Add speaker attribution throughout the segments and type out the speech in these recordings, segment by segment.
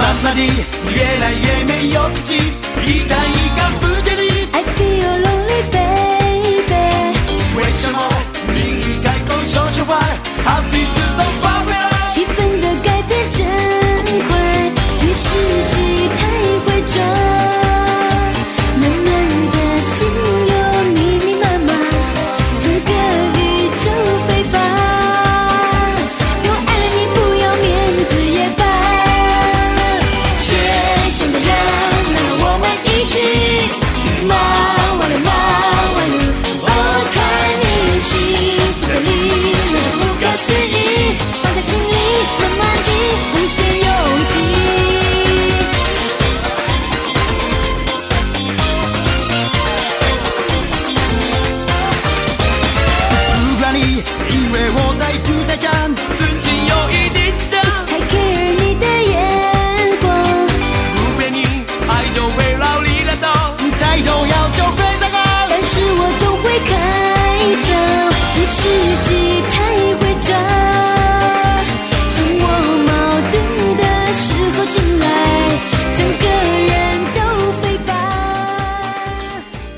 Speaker 1: 慢慢的，越来越没有脾气，一旦一看不见你，
Speaker 2: I feel lonely, baby，
Speaker 1: 为什么你一开口说实话，好比自动发回来？
Speaker 2: 气氛的改变真快，与时机太会转，暖暖的心有密密麻麻，整个宇宙飞吧，都爱了你不要面子也罢，真心的人，那我们一起，忙完了忙完了，我看你幸福的力量不可思议，放在心里慢慢地无限游击。
Speaker 1: 不管你以为我太孤单，想自己有一点脏，
Speaker 2: 才 care 你的眼光，
Speaker 1: 不骗你，爱就会老你的到，抬头要求非常高。
Speaker 2: 但是我总会开窍，你是机太会抓，趁我矛盾的时候进来，整个人都飞吧。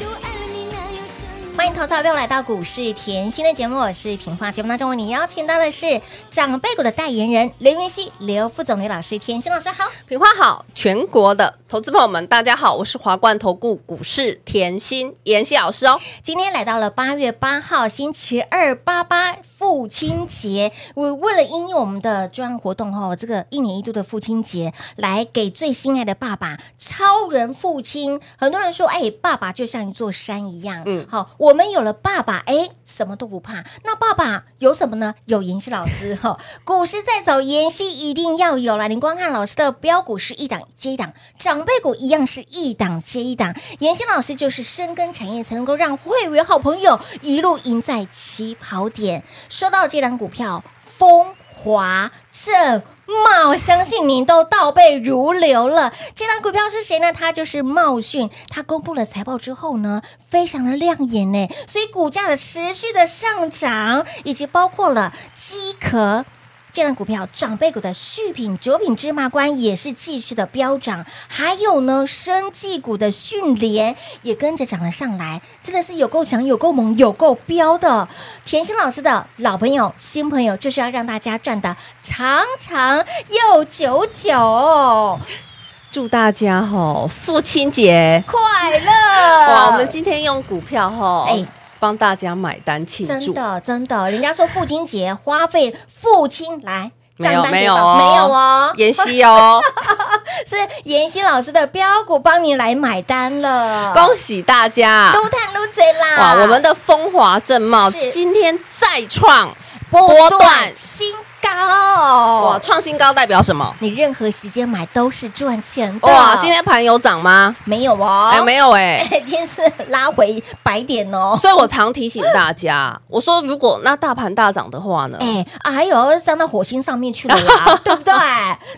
Speaker 2: 都爱了你，哪有什么？
Speaker 3: 欢迎投资者朋友来到股市甜心的节目，我是平花。节目当中为你邀请到的是长辈股的代言人刘云熙、刘副总、刘老师。甜心老师好，
Speaker 4: 品花好，全国的投资朋友们，大家好，我是华冠投顾股市甜心妍希老师哦。
Speaker 3: 今天来到了八月八号星期二八八父亲节，我为了因应我们的专案活动哦，这个一年一度的父亲节，来给最心爱的爸爸超人父亲。很多人说，哎，爸爸就像一座山一样，嗯，好，我们有了爸爸，哎，什么都不怕。那爸爸有什么呢？有妍希老师哈、哦，股市在走，妍希一定要有啦。您光看老师的标股是一档接一档，长辈股一样是一档接一档。妍希老师就是深耕产业，才能够让会员好朋友一路赢在起跑点。说到这档股票，风华正。茂，相信您都倒背如流了。这档股票是谁呢？它就是茂讯。它公布了财报之后呢，非常的亮眼呢，所以股价的持续的上涨，以及包括了机壳。这档股票长辈股的续品九品芝麻官也是继续的飙涨，还有呢，生技股的迅联也跟着涨了上来，真的是有够强、有够猛、有够飙的。甜心老师的老朋友、新朋友，就是要让大家赚的长长又久久，
Speaker 4: 祝大家呃哈、父亲节
Speaker 3: 快乐！嗯
Speaker 4: 哇！我们今天用股票哈、
Speaker 3: 哎
Speaker 4: 帮大家买单庆
Speaker 3: 真
Speaker 4: 祝。
Speaker 3: 的真的，人家说父亲节花费父亲来。
Speaker 4: 没
Speaker 3: 账
Speaker 4: 有
Speaker 3: 单
Speaker 4: 没
Speaker 3: 给
Speaker 4: 有
Speaker 3: 爸没有哦，
Speaker 4: 妍希 哦，
Speaker 3: 是妍希老师的标股帮你来买单了，
Speaker 4: 恭喜大家！
Speaker 3: 撸探撸贼啦！
Speaker 4: 哇，我们的风华正茂
Speaker 3: 是
Speaker 4: 今天再创
Speaker 3: 波
Speaker 4: 波
Speaker 3: 段
Speaker 4: 段
Speaker 3: 新高，
Speaker 4: 哇创新高，代表什么？
Speaker 3: 你任何时间买都是赚钱的。
Speaker 4: 哇，今天盘有涨吗？
Speaker 3: 没有哦，
Speaker 4: 哎，没有哎、
Speaker 3: 有， 今天是拉回白点 哦。
Speaker 4: 所以我常提醒大家，我说如果那大盘大涨的话呢？
Speaker 3: 哎，哎呦，上到火星上面去了 啦，对不对？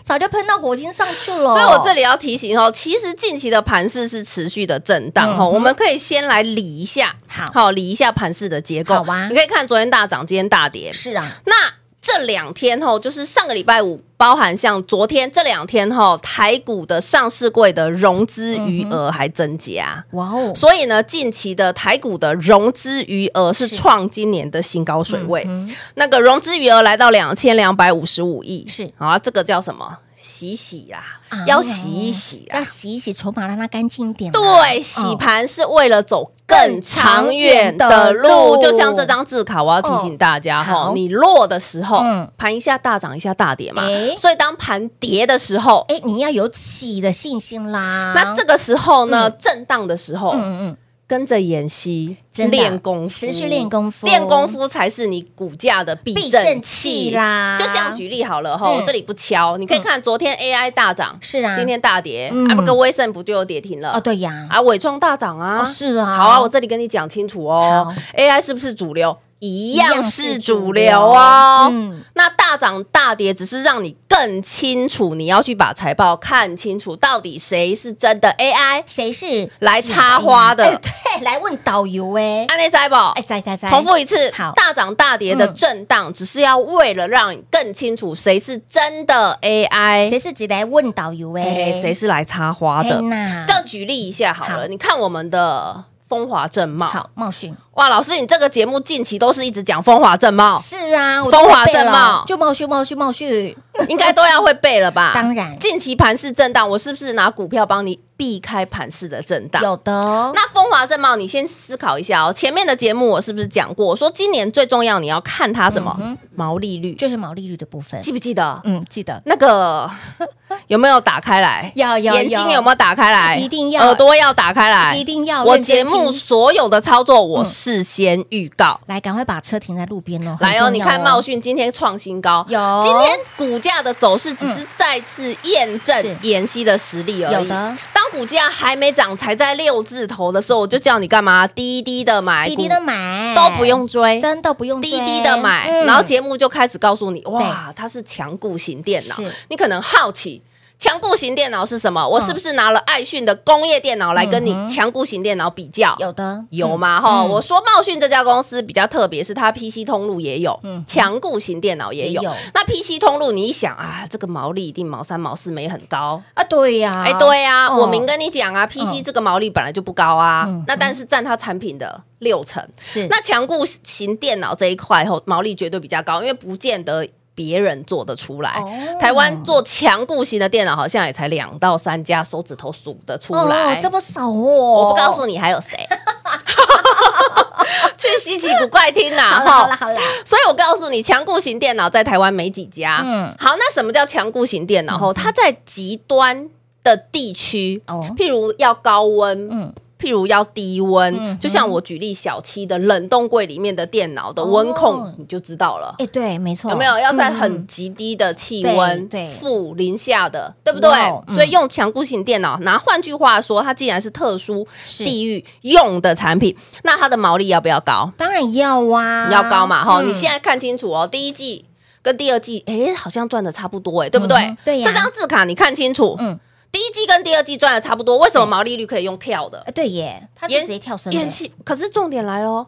Speaker 3: 早就喷到火星上去了。
Speaker 4: 所以，我这里要提醒哦，其实近期的盘势是持续的震荡
Speaker 3: 嗯
Speaker 4: 哈、我们可以先来理一下，
Speaker 3: 好
Speaker 4: 理一下盘势的结构。
Speaker 3: 好啊
Speaker 4: 你可以看昨天大涨，今天大跌。
Speaker 3: 是啊，
Speaker 4: 那这两天吼，就是上个礼拜五，包含像昨天这两天吼，台股的上市柜的融资余
Speaker 3: 嗯
Speaker 4: 额还增加。
Speaker 3: 哇哦，
Speaker 4: 所以呢，近期的台股的融资余额是
Speaker 3: 是
Speaker 4: 创今年的新高水位，
Speaker 3: 嗯哼
Speaker 4: 那个融资余额来到两千两百五十五亿，
Speaker 3: 是
Speaker 4: 啊，这个叫什么？洗洗啦，
Speaker 3: 啊
Speaker 4: 要洗一洗啦
Speaker 3: 要。洗一啊洗筹码，让它干净一点啦。
Speaker 4: 对，
Speaker 3: 哦
Speaker 4: 洗盘是为了走更长远的
Speaker 3: 更长远的
Speaker 4: 路，
Speaker 3: 路
Speaker 4: 就像这张字卡，我要提醒大家
Speaker 3: 哦
Speaker 4: 哈
Speaker 3: 好，
Speaker 4: 你落的时候
Speaker 3: 嗯，
Speaker 4: 盘一下大涨，一下大跌嘛
Speaker 3: 诶，
Speaker 4: 所以当盘跌的时候，
Speaker 3: 哎，你要有起的信心啦。
Speaker 4: 那这个时候呢，
Speaker 3: 嗯
Speaker 4: 震荡的时候，
Speaker 3: 嗯嗯，
Speaker 4: 跟着演戏，
Speaker 3: 真的
Speaker 4: 练功夫，
Speaker 3: 持续练功夫
Speaker 4: 练功夫才是你股价的避
Speaker 3: 哦避
Speaker 4: 震
Speaker 3: 震器啦
Speaker 4: 就像举例好了哈，
Speaker 3: 嗯
Speaker 4: 我这里不敲，你可以看昨天 AI 大涨，
Speaker 3: 是啊
Speaker 4: 今天大跌，
Speaker 3: 嗯
Speaker 4: 啊，不跟威盛不就有跌停了？
Speaker 3: 哦，对呀，
Speaker 4: 啊，伟创大涨啊，
Speaker 3: 哦是啊
Speaker 4: 好啊，我这里跟你讲清楚哦
Speaker 3: 好
Speaker 4: ，AI 是不是主流？一样是主流
Speaker 3: 一
Speaker 4: 哦。
Speaker 3: 样是主流嗯
Speaker 4: 那大涨大跌只是让你更清楚，你要去把财报看清楚，到底谁是真的 AI，
Speaker 3: 谁是
Speaker 4: 来插花的
Speaker 3: 哎对，来问导游哎，
Speaker 4: 安内在不？
Speaker 3: 哎，在在在，
Speaker 4: 重复一次，
Speaker 3: 好
Speaker 4: 大涨大跌的
Speaker 3: 嗯
Speaker 4: 震荡，只是要为了让你更清楚谁是真的 AI，
Speaker 3: 谁是只来问导游哎
Speaker 4: 哎，，谁是来插花的
Speaker 3: 嘿？呐？
Speaker 4: 这样举例一下好
Speaker 3: 好
Speaker 4: 了，你看我们的风华正茂，
Speaker 3: 好，茂讯
Speaker 4: 哇，老师，你这个节目近期都是一直讲风华正茂，
Speaker 3: 是啊，我
Speaker 4: 风华
Speaker 3: 都会背
Speaker 4: 正
Speaker 3: 了
Speaker 4: 茂
Speaker 3: 就茂讯茂讯茂讯，
Speaker 4: 应该都要会背了吧？
Speaker 3: 当然
Speaker 4: 近期盘势震荡，我是不是拿股票帮你避开盘势的震荡？
Speaker 3: 有的哦，
Speaker 4: 那风华正茂，你先思考一下哦。前面的节目我是不是讲过，说今年最重要你要看它什么、
Speaker 3: 嗯
Speaker 4: 毛利率，
Speaker 3: 就是毛利率的部分，
Speaker 4: 记不记得？
Speaker 3: 嗯，记得
Speaker 4: 那个 有没有打开来？
Speaker 3: 要要
Speaker 4: 眼睛有没有打开来？
Speaker 3: 一定要
Speaker 4: 耳朵要打开来，
Speaker 3: 一定要
Speaker 4: 我
Speaker 3: 认真
Speaker 4: 节目
Speaker 3: 听
Speaker 4: 所有的操作，我
Speaker 3: 嗯
Speaker 4: 事先预告。
Speaker 3: 来，赶快把车停在路边哦。很
Speaker 4: 来
Speaker 3: 重要
Speaker 4: 哦，你看茂讯今天创新高，
Speaker 3: 有
Speaker 4: 今天股价的走势只是再次验证
Speaker 3: 是
Speaker 4: 妍希的实力而已。
Speaker 3: 嗯有的
Speaker 4: 当股价还没涨，才在六字头的时候，我就叫你干嘛？低低的买，
Speaker 3: 滴滴的，买
Speaker 4: 都不用追。
Speaker 3: 真的不用嗯
Speaker 4: 低低的买，然后节目就开始告诉你，哇，它是强固型电脑
Speaker 3: 是。
Speaker 4: 你可能好奇，强固型电脑是什么？我
Speaker 3: 嗯
Speaker 4: 是不是拿了爱讯的工业电脑来跟
Speaker 3: 嗯
Speaker 4: 你
Speaker 3: 哼
Speaker 4: 强固型电脑比较？
Speaker 3: 有的
Speaker 4: 有嘛？哈、
Speaker 3: 嗯
Speaker 4: 我说茂讯这家公司比较特别，是它 PC 通路也有，强固型电脑也有。
Speaker 3: 嗯也有
Speaker 4: 那 PC 通路，你一想啊，这个毛利一定毛三毛四没很高。
Speaker 3: 啊？对呀，
Speaker 4: 哎、对啊，
Speaker 3: 哦
Speaker 4: 我明跟你讲啊，PC 这个毛利本来就不高啊，
Speaker 3: 嗯
Speaker 4: 那但是占它产品的六成。
Speaker 3: 是
Speaker 4: 那强固型电脑这一块后，毛利绝对比较高，因为不见得。别人做得出来，
Speaker 3: 哦
Speaker 4: 台湾做强固型的电脑好像也才两到三家，手指头数得出来。
Speaker 3: 哦，这么少哦，
Speaker 4: 我
Speaker 3: 我
Speaker 4: 不告诉你还有谁， 去稀奇古怪啊听啦、
Speaker 3: 好了好了好了，
Speaker 4: 所以我告诉你，强固型电脑在台湾没几家。
Speaker 3: 嗯
Speaker 4: 嗯，好，那什么叫强固型电脑？吼、它在极端的地区，
Speaker 3: 哦
Speaker 4: 譬如要高温，
Speaker 3: 嗯
Speaker 4: 譬如要低温，
Speaker 3: 嗯
Speaker 4: 就像我举例小七的冷冻柜里面的电脑的温
Speaker 3: 哦
Speaker 4: 控，你就知道了。
Speaker 3: 哎，对，没错，
Speaker 4: 有没有要在
Speaker 3: 嗯
Speaker 4: 很极低的气温，
Speaker 3: 对对
Speaker 4: 负零下的，对不对
Speaker 3: 哇哦？嗯
Speaker 4: 所以用强固型电脑，拿换句话说，它既然是特殊
Speaker 3: 是
Speaker 4: 地域用的产品，那它的毛利要不要高？
Speaker 3: 当然要啊，
Speaker 4: 要高嘛，哈！
Speaker 3: 嗯
Speaker 4: 你现在看清楚哦，第一季跟第二季，哎，好像赚的差不多，哎，对不对
Speaker 3: 嗯？对呀
Speaker 4: 这张字卡你看清楚，
Speaker 3: 嗯
Speaker 4: 嗯，第一季跟第二季赚的差不多，为什么毛利率可以用跳的？
Speaker 3: 哎对耶，他是
Speaker 4: 演
Speaker 3: 直接跳升
Speaker 4: 演
Speaker 3: 的，
Speaker 4: 戏，可是重点来喽，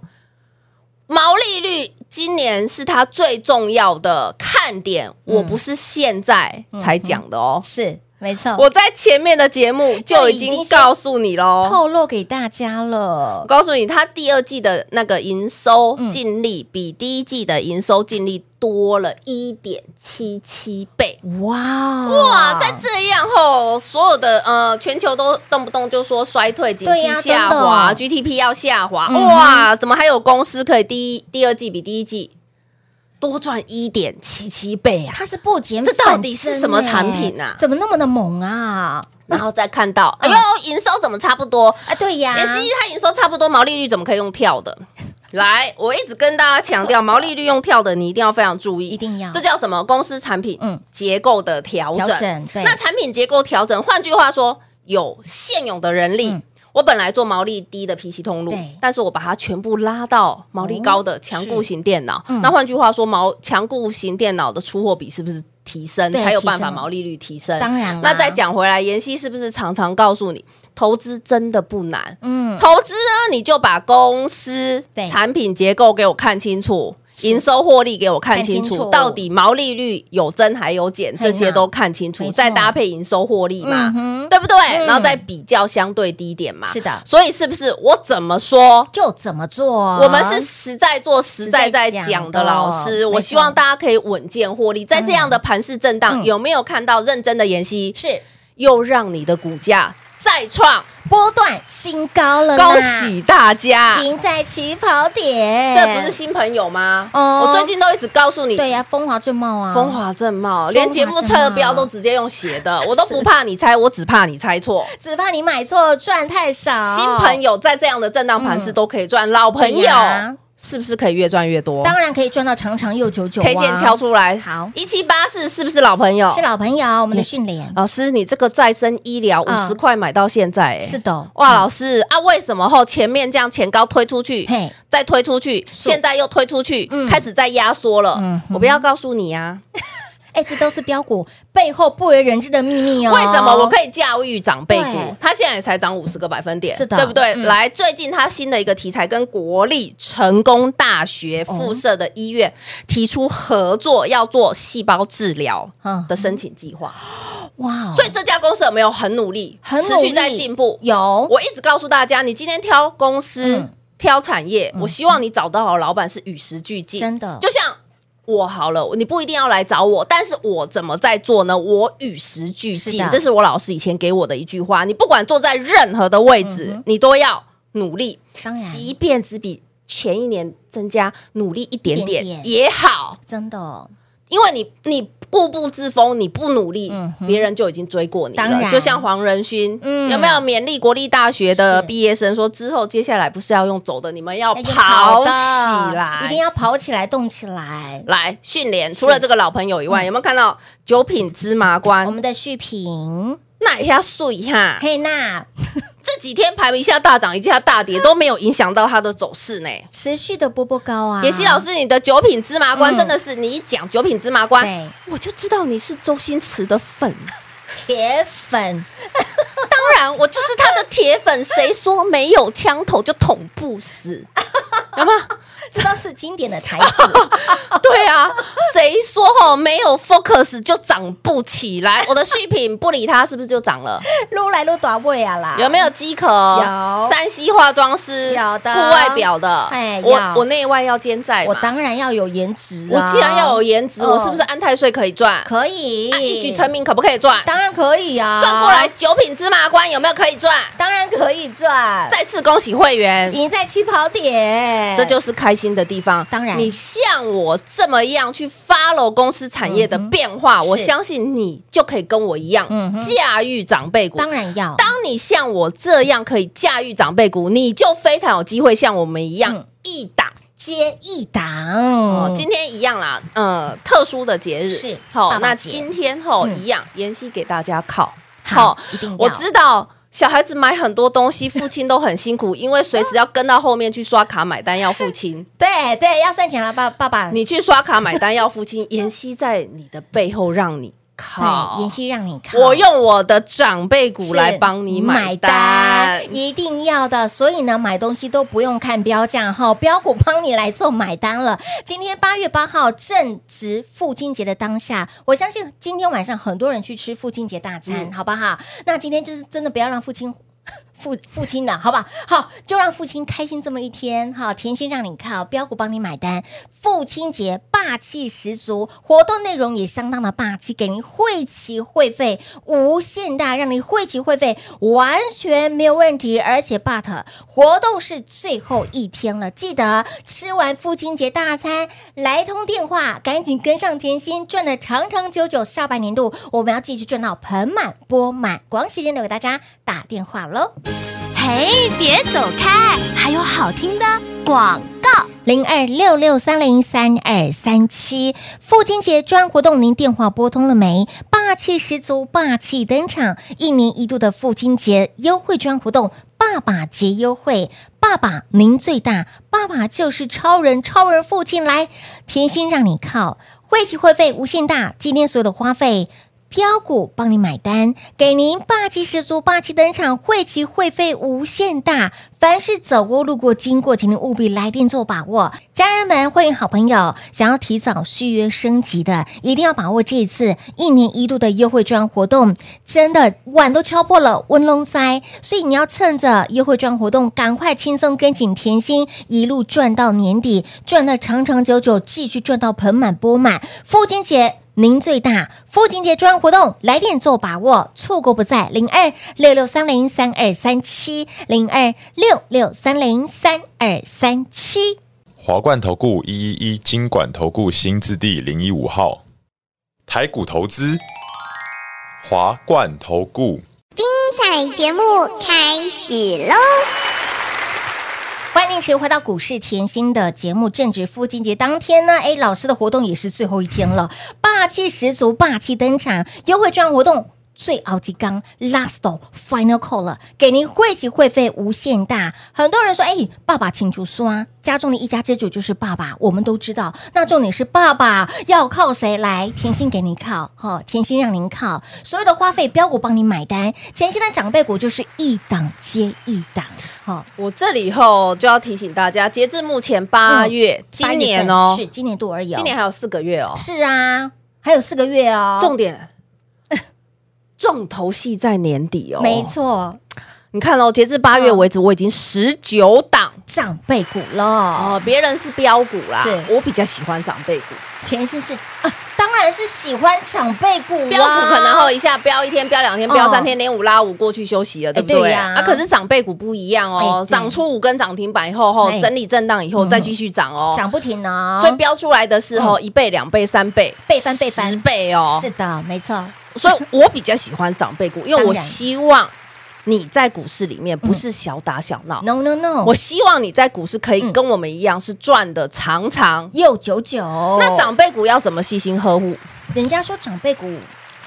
Speaker 4: 毛利率今年是它最重要的看点，我不是现在才讲的哦，
Speaker 3: 是没错，
Speaker 4: 我在前面的节目
Speaker 3: 嗯就
Speaker 4: 就已
Speaker 3: 已经
Speaker 4: 经
Speaker 3: 先
Speaker 4: 告诉你喽。
Speaker 3: 透露给大家了
Speaker 4: 我，告诉你，它第二季的那个营收
Speaker 3: 嗯
Speaker 4: 净利比第一季的营收净利多了一点七七倍。
Speaker 3: 哇
Speaker 4: 哇，在这样后，所有的呃，全球都动不动就说衰退、景
Speaker 3: 对
Speaker 4: 气
Speaker 3: 呀
Speaker 4: 下
Speaker 3: 真的
Speaker 4: 滑、g d p 要下滑，
Speaker 3: 嗯哼
Speaker 4: 哇，怎么还有公司可以第一、第二季比第一季多赚一点七七倍 啊？
Speaker 3: 它是不减
Speaker 4: 这
Speaker 3: 反增耶，
Speaker 4: 到底是什么产品啊
Speaker 3: 怎么那么的猛啊？
Speaker 4: 然后再看到， 哎
Speaker 3: 嗯
Speaker 4: 呦，营收怎么差不多？
Speaker 3: 啊，对呀，
Speaker 4: 妍希它营收差不多，毛利率怎么可以用跳 的？来，我一直跟大家强调，毛利率用跳的，你一定要非常注意，
Speaker 3: 一定要
Speaker 4: 这叫什么？公司产品
Speaker 3: 嗯
Speaker 4: 结构的调整。
Speaker 3: 调整对
Speaker 4: 那产品结构调整，换句话说，有现有的人力。
Speaker 3: 嗯
Speaker 4: 我本来做毛利低的 PC 通路
Speaker 3: 对，哦
Speaker 4: 但是我把它全部拉到毛利高的强固型电脑。
Speaker 3: 嗯
Speaker 4: 那换句话说，毛强固型电脑的出货比是不是提升，
Speaker 3: 对
Speaker 4: 才有办
Speaker 3: 提
Speaker 4: 法
Speaker 3: 升
Speaker 4: 毛利率提升？
Speaker 3: 当然啦
Speaker 4: 那再讲回来，妍希是不是常常告诉你，投资真的不难？
Speaker 3: 嗯，
Speaker 4: 投资呢，你就把公司
Speaker 3: 对
Speaker 4: 产品结构给我看清楚。营收获利给我看清
Speaker 3: 看
Speaker 4: 楚
Speaker 3: 清楚，
Speaker 4: 到底毛利率有增还有减，
Speaker 3: 嘿呐
Speaker 4: 这些都看清楚
Speaker 3: 没，错
Speaker 4: 再搭配营收获利嘛
Speaker 3: 嗯，哼
Speaker 4: 对不对？
Speaker 3: 嗯
Speaker 4: 然后再比较相对低点嘛。
Speaker 3: 是的啊
Speaker 4: 所以是不是我怎么说？
Speaker 3: 就怎么做？
Speaker 4: 我们是实在做实在在
Speaker 3: 实在讲
Speaker 4: 讲
Speaker 3: 的
Speaker 4: 的老师，
Speaker 3: 没错嗯
Speaker 4: 我希望大家可以稳健获利。在这样的盘势震荡，有没有看到认真的妍希
Speaker 3: 是
Speaker 4: 又让你的股价再创
Speaker 3: 波段新高了，
Speaker 4: 恭！喜大家！
Speaker 3: 赢在起跑点，
Speaker 4: 啊这不是新朋友吗？
Speaker 3: 哦
Speaker 4: 我最近都一直告诉你，
Speaker 3: 对呀、风华正茂啊，
Speaker 4: 风华正
Speaker 3: 风
Speaker 4: 茂，
Speaker 3: 华
Speaker 4: 连节目侧标都直接用写 的，我都不怕你猜，我只怕你猜错。
Speaker 3: 只怕你买错赚太少，
Speaker 4: 新朋友在这样的震荡盘是都可以赚，老朋
Speaker 3: 哦对
Speaker 4: 友
Speaker 3: 呀
Speaker 4: 是不是可以越赚越多？
Speaker 3: 当然可以赚到长长又久久、啊。
Speaker 4: K 线敲出来，
Speaker 3: 好
Speaker 4: 一七八四是不是老朋友？
Speaker 3: 是老朋友，我们的训练、
Speaker 4: 老师，你这个再生医疗五
Speaker 3: 嗯
Speaker 4: 十块买到现在、欸，
Speaker 3: 是的，
Speaker 4: 哇，老师啊，为什么后前面这样前高推出去，
Speaker 3: 嘿，
Speaker 4: 再推出去，现在又推出去，
Speaker 3: 嗯
Speaker 4: 开始在压缩了。
Speaker 3: 嗯
Speaker 4: 我不要告诉你啊，
Speaker 3: 哎，这都是标股背后不为人知的秘密哦。
Speaker 4: 为什么我可以教育长辈股
Speaker 3: 对？
Speaker 4: 它现在也才涨五十个百分点，
Speaker 3: 是的
Speaker 4: 对不对？
Speaker 3: 嗯
Speaker 4: 来，最近它新的一个题材跟国立成功大学附设的医院提出合作，要做细胞治疗
Speaker 3: 嗯
Speaker 4: 的申请计划。
Speaker 3: 哇哦，
Speaker 4: 所以这家公司有没有很努力，
Speaker 3: 很努
Speaker 4: 持
Speaker 3: 力
Speaker 4: 续在进步？
Speaker 3: 有
Speaker 4: 我一直告诉大家，你今天挑公司、
Speaker 3: 嗯
Speaker 4: 挑产业，我希望你找到好老板是与时俱进，
Speaker 3: 真的
Speaker 4: 就像。我好了，你不一定要来找我，但是我怎么在做呢？我与时俱
Speaker 3: 是
Speaker 4: 进
Speaker 3: 的，
Speaker 4: 这是我老师以前给我的一句话。你不管坐在任何的位置，你都要努力，
Speaker 3: 嗯当然
Speaker 4: 即便只比前一年增加努力一点
Speaker 3: 一点
Speaker 4: 点
Speaker 3: 点
Speaker 4: 也好，
Speaker 3: 真的哦
Speaker 4: 因为你你固步自封，你不努力，
Speaker 3: 嗯哼
Speaker 4: 别人就已经追过你
Speaker 3: 当然
Speaker 4: 了。就像黄仁勋，
Speaker 3: 嗯
Speaker 4: 有没有勉励国立大学的
Speaker 3: 是
Speaker 4: 毕业生说，之后接下来不是要用走的，你们要
Speaker 3: 哎要用
Speaker 4: 跑
Speaker 3: 的
Speaker 4: 起来，
Speaker 3: 一定要跑起来，动起来。
Speaker 4: 来训练。除了这个老朋友以
Speaker 3: 嗯
Speaker 4: 外，有没有看到九品芝麻
Speaker 3: 我
Speaker 4: 官？
Speaker 3: 们的续品，
Speaker 4: 那一下睡一下，
Speaker 3: 佩娜
Speaker 4: 这几天排名一下大涨，一下大跌，都没有影响到它的走势呢。
Speaker 3: 持续的波波高啊，
Speaker 4: 妍希老师，你的九品芝麻官
Speaker 3: 嗯
Speaker 4: 真的是，你一讲九品芝麻官，
Speaker 3: 对
Speaker 4: 我就知道你是周星驰的粉。
Speaker 3: 铁粉
Speaker 4: 当然，我就是他的铁粉，谁说没有枪头就捅不 死？有吗？
Speaker 3: 这都是经典的台 词。
Speaker 4: 对啊，谁说吼没有 focus 就涨不 起来？我的续品不理它，是不是就涨了？
Speaker 3: 撸来撸短尾啊啦，
Speaker 4: 有没有机壳？
Speaker 3: 有
Speaker 4: 山西化妆师
Speaker 3: 有的
Speaker 4: 顾外表的，
Speaker 3: 哎
Speaker 4: 我
Speaker 3: 要
Speaker 4: 我内外要兼在嘛
Speaker 3: 我当然要有颜值
Speaker 4: 我
Speaker 3: 啊，
Speaker 4: 既然要有颜值，
Speaker 3: 嗯
Speaker 4: 我是不是安泰税可以赚？
Speaker 3: 可以
Speaker 4: 啊，一举成名可不可以赚？
Speaker 3: 当然可以啊，
Speaker 4: 转过来九品芝麻官有没有可以赚？
Speaker 3: 当然可以赚，
Speaker 4: 再次恭喜会员，
Speaker 3: 赢在起跑点，
Speaker 4: 这就是开心的地方。
Speaker 3: 哦当然
Speaker 4: 你像我这么样去 follow 公司产业的变化，我相信你就可以跟我一样、
Speaker 3: 嗯哼
Speaker 4: 驾驭长辈股。
Speaker 3: 当然要，
Speaker 4: 当你像我这样可以驾驭长辈股，你就非常有机会像我们一样、
Speaker 3: 嗯
Speaker 4: 一档。
Speaker 3: 接一档
Speaker 4: 哦，今天一样啦，呃，特殊的节日
Speaker 3: 是
Speaker 4: 好、
Speaker 3: 爸爸
Speaker 4: 那
Speaker 3: 节
Speaker 4: 今天吼、
Speaker 3: 嗯
Speaker 4: 一样，妍希给大家考
Speaker 3: 好
Speaker 4: 齁
Speaker 3: 一定要
Speaker 4: 我知道小孩子买很多东西，父亲都很辛苦，因为随时要跟到后面去刷卡买单，要付清。
Speaker 3: 对对要算钱了，爸爸爸，
Speaker 4: 你去刷卡买单要付清，妍希在你的背后让你靠。
Speaker 3: 对妍希让你看，
Speaker 4: 我用我的长辈股
Speaker 3: 是
Speaker 4: 来帮你买单。
Speaker 3: 一定要的。所以呢，买东西都不用看标价哈，标股帮你来做买单了。今天八月八号正值父亲节的当下，我相信今天晚上很多人去吃父亲节大餐，
Speaker 4: 嗯
Speaker 3: 好不好？那今天就是真的不要让父亲。 父父亲的好不好？好，就让父亲开心这么一天哈，甜心让你靠，标股帮你买单。父亲节霸气十足，活动内容也相当的霸气，给您汇齐会费无限大，让你汇齐会费完全没有问题。而且 but 活动是最后一天了，记得吃完父亲节大餐来通电话，赶紧跟上甜心，赚的长长久久。下半年度我们要继续赚到盆满钵满，广喜间留给大家打电话喽。
Speaker 2: 嘿，别走开，还有好听的广告。
Speaker 3: 零二六六三零三二三七。父亲节专案活动，您电话拨通了没？霸气十足，霸气登场！一年一度的父亲节优惠专案活动，爸爸节优惠，爸爸您最大，爸爸就是超人，超人父亲来，甜心让你靠，汇集会费无限大，今天所有的花费。标股帮你买单，给您霸气十足、霸气登场，汇齐会费无限大。凡是走过、路过、经过，请您务必来电做把握。家人们、会员好朋友，想要提早续约升级的，一定要把握这一次一年一度的优惠券活动，真的碗都敲破了，温龙塞。所以你要趁着优惠券活动，赶快轻松跟紧甜心，一路赚到年底，赚的长长久久，继续赚到盆满钵满。父亲节。您最大。父亲节专案活动，来电做把握，错过不再。零二六六三零三二三七，零二六六三零三二三七。
Speaker 5: 华冠投顾一一一金管投顾新字第零一五号，台股投资，华冠投顾。
Speaker 6: 彩节目开始喽！
Speaker 3: 欢迎您回到股市甜心的节目，正值父亲节当天呢，哎，老师的活动也是最后一天了，霸气十足，霸气登场，优惠券活动。最熬鸡刚 last final call 了，给您汇集会费无限大。很多人说，哎，爸爸请出刷，家中的一家之主就是爸爸，我们都知道。那重点是爸爸要靠谁来？甜心给您靠，哈、哦，甜心让您靠，所有的花费标股帮你买单。甜心的长辈股就是一档接一档，哈、哦，
Speaker 4: 我这里以后就要提醒大家，截至目前八月，今年哦
Speaker 3: 嗯八月份，是今年度而已、哦，
Speaker 4: 今年还有四个月哦，
Speaker 3: 是啊，还有四个月哦，
Speaker 4: 重点， 重头戏在年底哦，
Speaker 3: 没。错，嗯
Speaker 4: 你看哦，截至八月为止，我已经十九档
Speaker 3: 长辈股了。
Speaker 4: 哦，别人是标股啦
Speaker 3: 是，
Speaker 4: 我比较喜欢长辈股，
Speaker 3: 甜心是啊，当然是喜欢长辈股啊，
Speaker 4: 标股可能后一下标一天，标两天，标
Speaker 3: 哦
Speaker 4: 三天，连五拉五过去休息了，对不
Speaker 3: 哎对
Speaker 4: 对？
Speaker 3: 呀
Speaker 4: 啊，可是长辈股不一样
Speaker 3: 哎
Speaker 4: 哦
Speaker 3: 对，
Speaker 4: 涨出五根涨停板以后，后
Speaker 3: 哎
Speaker 4: 整理震荡以后
Speaker 3: 嗯
Speaker 4: 再继续涨哦，
Speaker 3: 涨不停哦，
Speaker 4: 所以标出来的是哦一倍、两倍、三倍、
Speaker 3: 倍翻倍翻
Speaker 4: 十倍哦，
Speaker 3: 是的，没错，
Speaker 4: 所以我比较喜欢长辈股，因为我
Speaker 3: 当然嗯
Speaker 4: 希望你在股市里面不是小打小闹。
Speaker 3: no no no，
Speaker 4: 我希望你在股市可以
Speaker 3: 嗯
Speaker 4: 跟我们一样是赚的长长。
Speaker 3: 又九九，
Speaker 4: 那长辈股要怎么细心呵护？
Speaker 3: 人家说长辈股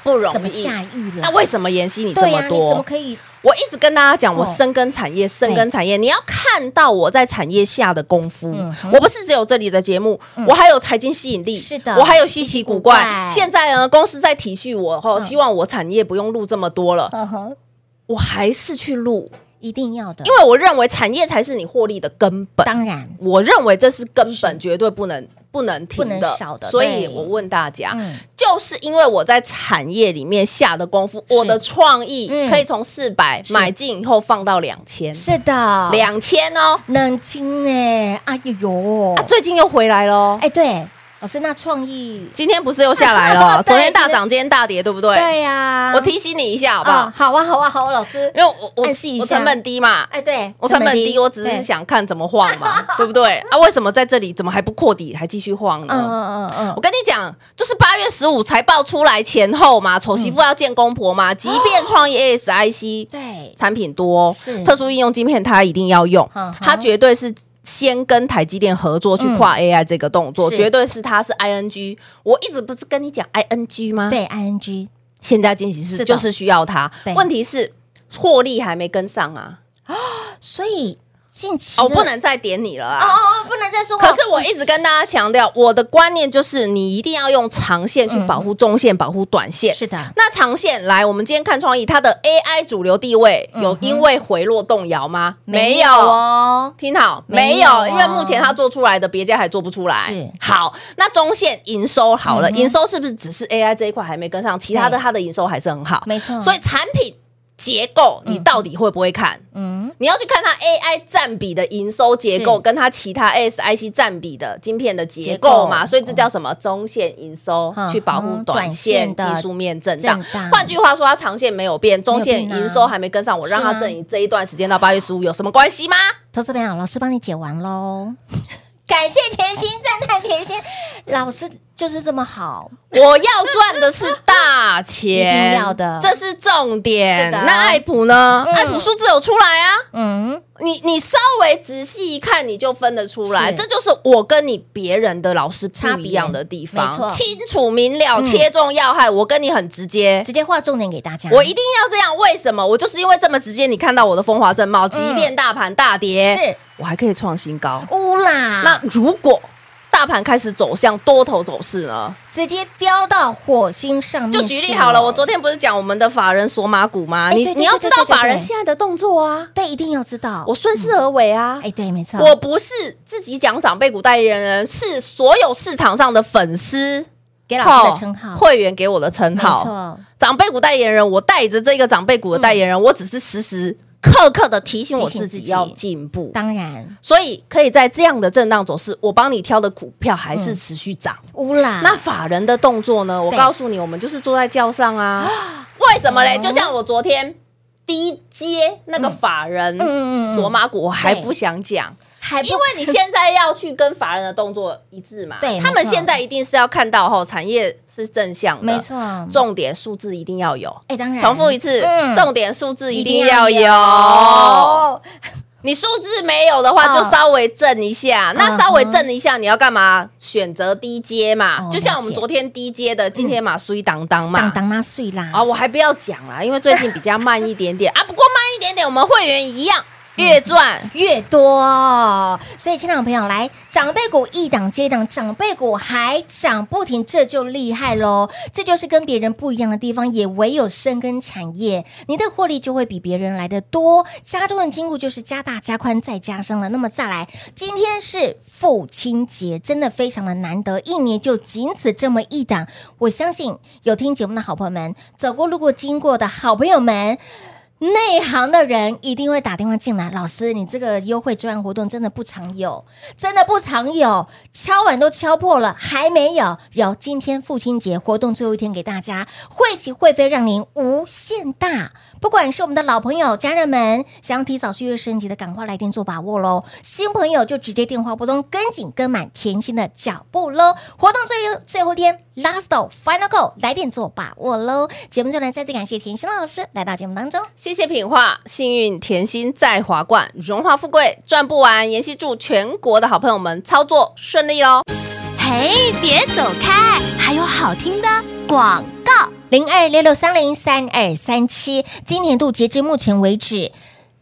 Speaker 4: 不容
Speaker 3: 怎么
Speaker 4: 易。
Speaker 3: 驾驭了？
Speaker 4: 那为什么妍希你这
Speaker 3: 对
Speaker 4: 么
Speaker 3: 呀，你怎么
Speaker 4: 多？
Speaker 3: 可以？
Speaker 4: 我一直跟大家讲，
Speaker 3: 哦
Speaker 4: 我深耕产业，深耕产业，你要看到我在产业下的功夫
Speaker 3: 嗯哼。
Speaker 4: 我不是只有这里的节目，我还有财经吸引力，
Speaker 3: 是的
Speaker 4: 我还有稀奇古
Speaker 3: 稀奇古
Speaker 4: 怪
Speaker 3: 怪。
Speaker 4: 现在呢，公司在体恤我，后希望我产业不用录这么多了，
Speaker 3: 嗯哼，
Speaker 4: 我还是去录，
Speaker 3: 一定要的，
Speaker 4: 因为嗯我认为产业才是你获利的根本。
Speaker 3: 当然
Speaker 4: 我认为这是根本绝对不能不能停
Speaker 3: 不
Speaker 4: 的，
Speaker 3: 能少的
Speaker 4: 所以
Speaker 3: 对
Speaker 4: 我问大家、
Speaker 3: 嗯
Speaker 4: 就是因为我在产业里面下的功夫，我的创意
Speaker 3: 嗯
Speaker 4: 可以从四百
Speaker 3: 是
Speaker 4: 买进以后放到两千，
Speaker 3: 是的，
Speaker 4: 两千哦、
Speaker 3: 冷清哎，哎呦呦
Speaker 4: 啊，，最近又回来喽、
Speaker 3: 哎对，老师那创意，
Speaker 4: 今天不是又下来了？哦
Speaker 3: 对啊
Speaker 4: 昨天大涨，今天大跌，对不对？
Speaker 3: 对呀，
Speaker 4: 我提醒你一下好不好？
Speaker 3: 哦好啊好啊好啊，老师，
Speaker 4: 因为我我
Speaker 3: 暗示一下
Speaker 4: 我成本低嘛，
Speaker 3: 哎对，
Speaker 4: 我成本低，我只
Speaker 3: 对
Speaker 4: 是想看怎么晃嘛，对不对？啊，为什么在这里怎么还不扩底，还继续晃呢？
Speaker 3: 嗯嗯嗯嗯，
Speaker 4: 我跟你讲，就是八月十五财报出来前后嘛，丑媳妇要见公婆嘛，即便创意 ASIC
Speaker 3: 嗯哦对，
Speaker 4: 产品多哦
Speaker 3: 是，
Speaker 4: 特殊应用晶片它一定要用
Speaker 3: 嗯哼，嗯
Speaker 4: 它绝对是。先跟台积电合作去跨 AI 这个动作，
Speaker 3: 是
Speaker 4: 绝对是它是 ING。我一直不是跟你讲 ING 吗？，
Speaker 3: 对，ing
Speaker 4: 现在进行
Speaker 3: 是的
Speaker 4: 式就是需要它
Speaker 3: 对。
Speaker 4: 问题是获利还没跟上啊！
Speaker 3: 所以近期
Speaker 4: 哦，我
Speaker 3: 的
Speaker 4: 不能再点你了
Speaker 3: 哦
Speaker 4: 啊！
Speaker 3: 哦，哦不能再说。
Speaker 4: 可是我一直跟大家强调，我的观念就是你一定要用长线去保护中线，保护短线。
Speaker 3: 嗯是的，
Speaker 4: 那长线来，我们今天看创意，它的 AI 主流地位有
Speaker 3: 嗯哼
Speaker 4: 因为回落动摇吗？
Speaker 3: 哦，
Speaker 4: 听好，
Speaker 3: 没
Speaker 4: 没
Speaker 3: 有
Speaker 4: 有，
Speaker 3: 啊
Speaker 4: 因为目前它做出来的，别家还做不出来。
Speaker 3: 是
Speaker 4: 好，那中线营收好了，
Speaker 3: 嗯哼
Speaker 4: 营收是不是只是 AI 这一块还没跟上，其他的
Speaker 3: 对
Speaker 4: 它的营收还是很好？
Speaker 3: 没嗯错
Speaker 4: 所以产品结构你到底会不会看？
Speaker 3: 嗯，
Speaker 4: 你要去看它 AI 占比的营收结
Speaker 3: 是
Speaker 4: 构，跟它其他 ASIC 占比的晶片的结
Speaker 3: 结
Speaker 4: 构
Speaker 3: 构哦
Speaker 4: 嘛，所以这叫什么中线营收
Speaker 3: 嗯
Speaker 4: 去保护
Speaker 3: 嗯
Speaker 4: 短线技
Speaker 3: 短线的
Speaker 4: 术面震荡
Speaker 3: 震荡。
Speaker 4: 换句话说，它长线没有变，中线
Speaker 3: 没有变啊
Speaker 4: 营收还没跟上，我让它
Speaker 3: 是啊
Speaker 4: 阵营这一段时间到八月十五有什么关系吗？
Speaker 3: 投资朋友，老师帮你解完 喽。感谢甜心，赞叹甜心，老师就是这么好，
Speaker 4: 我要赚的是大钱，
Speaker 3: 一定要的
Speaker 4: 这是重
Speaker 3: 是
Speaker 4: 点。
Speaker 3: 的
Speaker 4: 那爱普呢？
Speaker 3: 嗯
Speaker 4: 爱普数字有出来啊。
Speaker 3: 嗯，
Speaker 4: 你你稍微仔细一看，你就分得出来，
Speaker 3: 是
Speaker 4: 这就是我跟你别人的老师不一样的地
Speaker 3: 差别没错
Speaker 4: 方，清楚明了，
Speaker 3: 嗯
Speaker 4: 切中要害。我跟你很直接，
Speaker 3: 直接画重点给大家。
Speaker 4: 我一定要这样。为什么？我就是因为这么直接。你看到我的风华正茂，即便大盘大跌，
Speaker 3: 嗯是
Speaker 4: 我还可以创新高。
Speaker 3: 乌啦，
Speaker 4: 那如果大盘开始走向多头走势呢？
Speaker 3: 直接飙到火星上面去
Speaker 4: 就
Speaker 3: 了。
Speaker 4: 举例好了，我昨天不是讲我们的法人索马股吗？
Speaker 3: 哦哎
Speaker 4: 你
Speaker 3: 对对
Speaker 4: 你要知道
Speaker 3: 对对对对
Speaker 4: 法人现在的动作啊，
Speaker 3: 对一定要知道，
Speaker 4: 我顺势而为啊。
Speaker 3: 哎对，没错，
Speaker 4: 我不是自己讲长辈股代言人，是所有市场上的粉丝
Speaker 3: 给
Speaker 4: 给
Speaker 3: 老师的称号，
Speaker 4: 会员给我的称
Speaker 3: 没
Speaker 4: 号。
Speaker 3: 错，嗯
Speaker 4: 长辈股代言人，我带着这个长辈股的代言人，我只是实时。刻刻的提醒我
Speaker 3: 提醒
Speaker 4: 自
Speaker 3: 自
Speaker 4: 己
Speaker 3: 己
Speaker 4: 要进步。
Speaker 3: 当然，
Speaker 4: 所以可以在这样的震荡走势，我帮你挑的股票还是持续涨。
Speaker 3: 乌啦，
Speaker 4: 那法人的动作呢？我
Speaker 3: 嗯对
Speaker 4: 告诉你，我们就是坐在轿上啊。为什么
Speaker 3: 哦
Speaker 4: 嘞？就像我昨天低阶那个法人
Speaker 3: 嗯嗯嗯
Speaker 4: 索马股，我还不想讲，
Speaker 3: 还哎不
Speaker 4: 因为你现在要去跟法人的动作一致嘛。
Speaker 3: 对
Speaker 4: 他
Speaker 3: 没
Speaker 4: 们
Speaker 3: 错
Speaker 4: 现在一定是要看到吼产业是正向的，
Speaker 3: 没错，
Speaker 4: 重点数字一定要有。
Speaker 3: 哎，当然
Speaker 4: 重复一次，
Speaker 3: 嗯
Speaker 4: 重点数字一定要有。你数字没有的话，
Speaker 3: 嗯
Speaker 4: 就稍微震一下。
Speaker 3: 嗯
Speaker 4: 那
Speaker 3: 哼
Speaker 4: 稍微震一下，你要干嘛？选择低阶嘛
Speaker 3: 哦，
Speaker 4: 就像我们
Speaker 3: 了解
Speaker 4: 昨天低阶的，今天嘛，水当
Speaker 3: 当
Speaker 4: 当嘛。
Speaker 3: 当那碎啦，
Speaker 4: 啊，我还不要讲啦，因为最近比较慢一点点啊。不过慢一点点，我们会员一 样
Speaker 3: 嗯
Speaker 4: 月赚。
Speaker 3: 越多。所以，亲爱的朋友，来长辈股一档接一档，长辈股还涨不停，这就厉害喽！这就是跟别人不一样的地方，也唯有深耕产业，你的获利就会比别人来的多。家中的金库就是加大、加宽、再加深了。那么再来，今天是父亲节，真的非常的难得，一年就仅此这么一档。我相信有听节目的好朋友们，走过路过经过的好朋友们。内行的人一定会打电话进来，老师，你这个优惠专案活动真的不常有，真的不常有，敲碗都敲破了，还没有。有，今天父亲节活动最后一天给大家，会起会飞让您无限大。不管是我们的老朋友、家人们，想要提早续约升级的，赶快来电做把握喽。新朋友就直接电话拨通，跟紧跟满甜心的脚步喽。活动最后最后一天，last o final go，来电做把握喽。节目就来再次感谢甜心老师来到节目当中。
Speaker 4: 谢谢品画，幸运甜心在华冠，荣华富贵赚不完。妍希祝全国的好朋友们操作顺利喽！
Speaker 2: 嘿，别走开，还有好听的广告。
Speaker 3: 零二六六三零三二三七，今年度截至目前为止。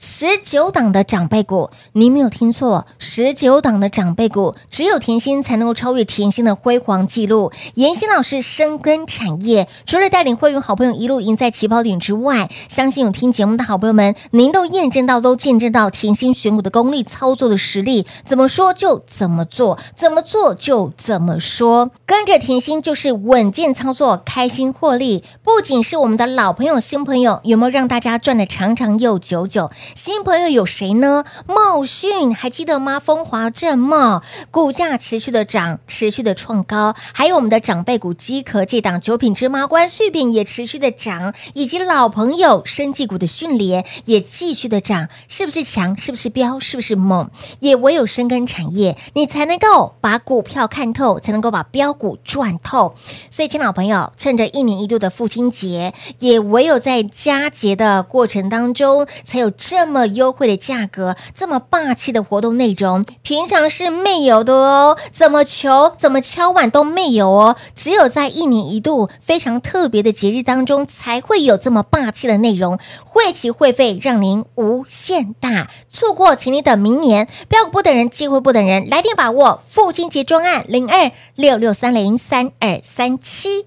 Speaker 3: 十九档的长辈股，您没有听错，十九档的长辈股，只有甜心才能够超越甜心的辉煌记录。妍希老师深耕产业，除了带领会员好朋友一路赢在起跑点之外，相信有听节目的好朋友们，您都验证到，都见证到甜心选股的功力、操作的实力，怎么说就怎么做，怎么做就怎么说，跟着甜心就是稳健操作，开心获利。不仅是我们的老朋友、新朋友，有没有让大家赚的长长又久久？新朋友有谁呢？茂讯还记得吗？风华正茂股价持续的涨，持续的创高，还有我们的长辈股机壳这档九品芝麻官续品也持续的涨，以及老朋友生技股的迅联也继续的涨，是不是强？是不是标？是不是猛？也唯有深耕产业，你才能够把股票看透，才能够把标股赚透。所以，亲老朋友，趁着一年一度的父亲节，也唯有在佳节的过程当中，才有这么优惠的价格，这么霸气的活动内容，平常是没有的哦。怎么求，怎么敲碗都没有哦，只有在一年一度非常特别的节日当中，才会有这么霸气的内容，会期会费让您无限大。错过，请你等明年。标股不等人，机会不等人，来电把握父亲节专案零二六六三零三二三七。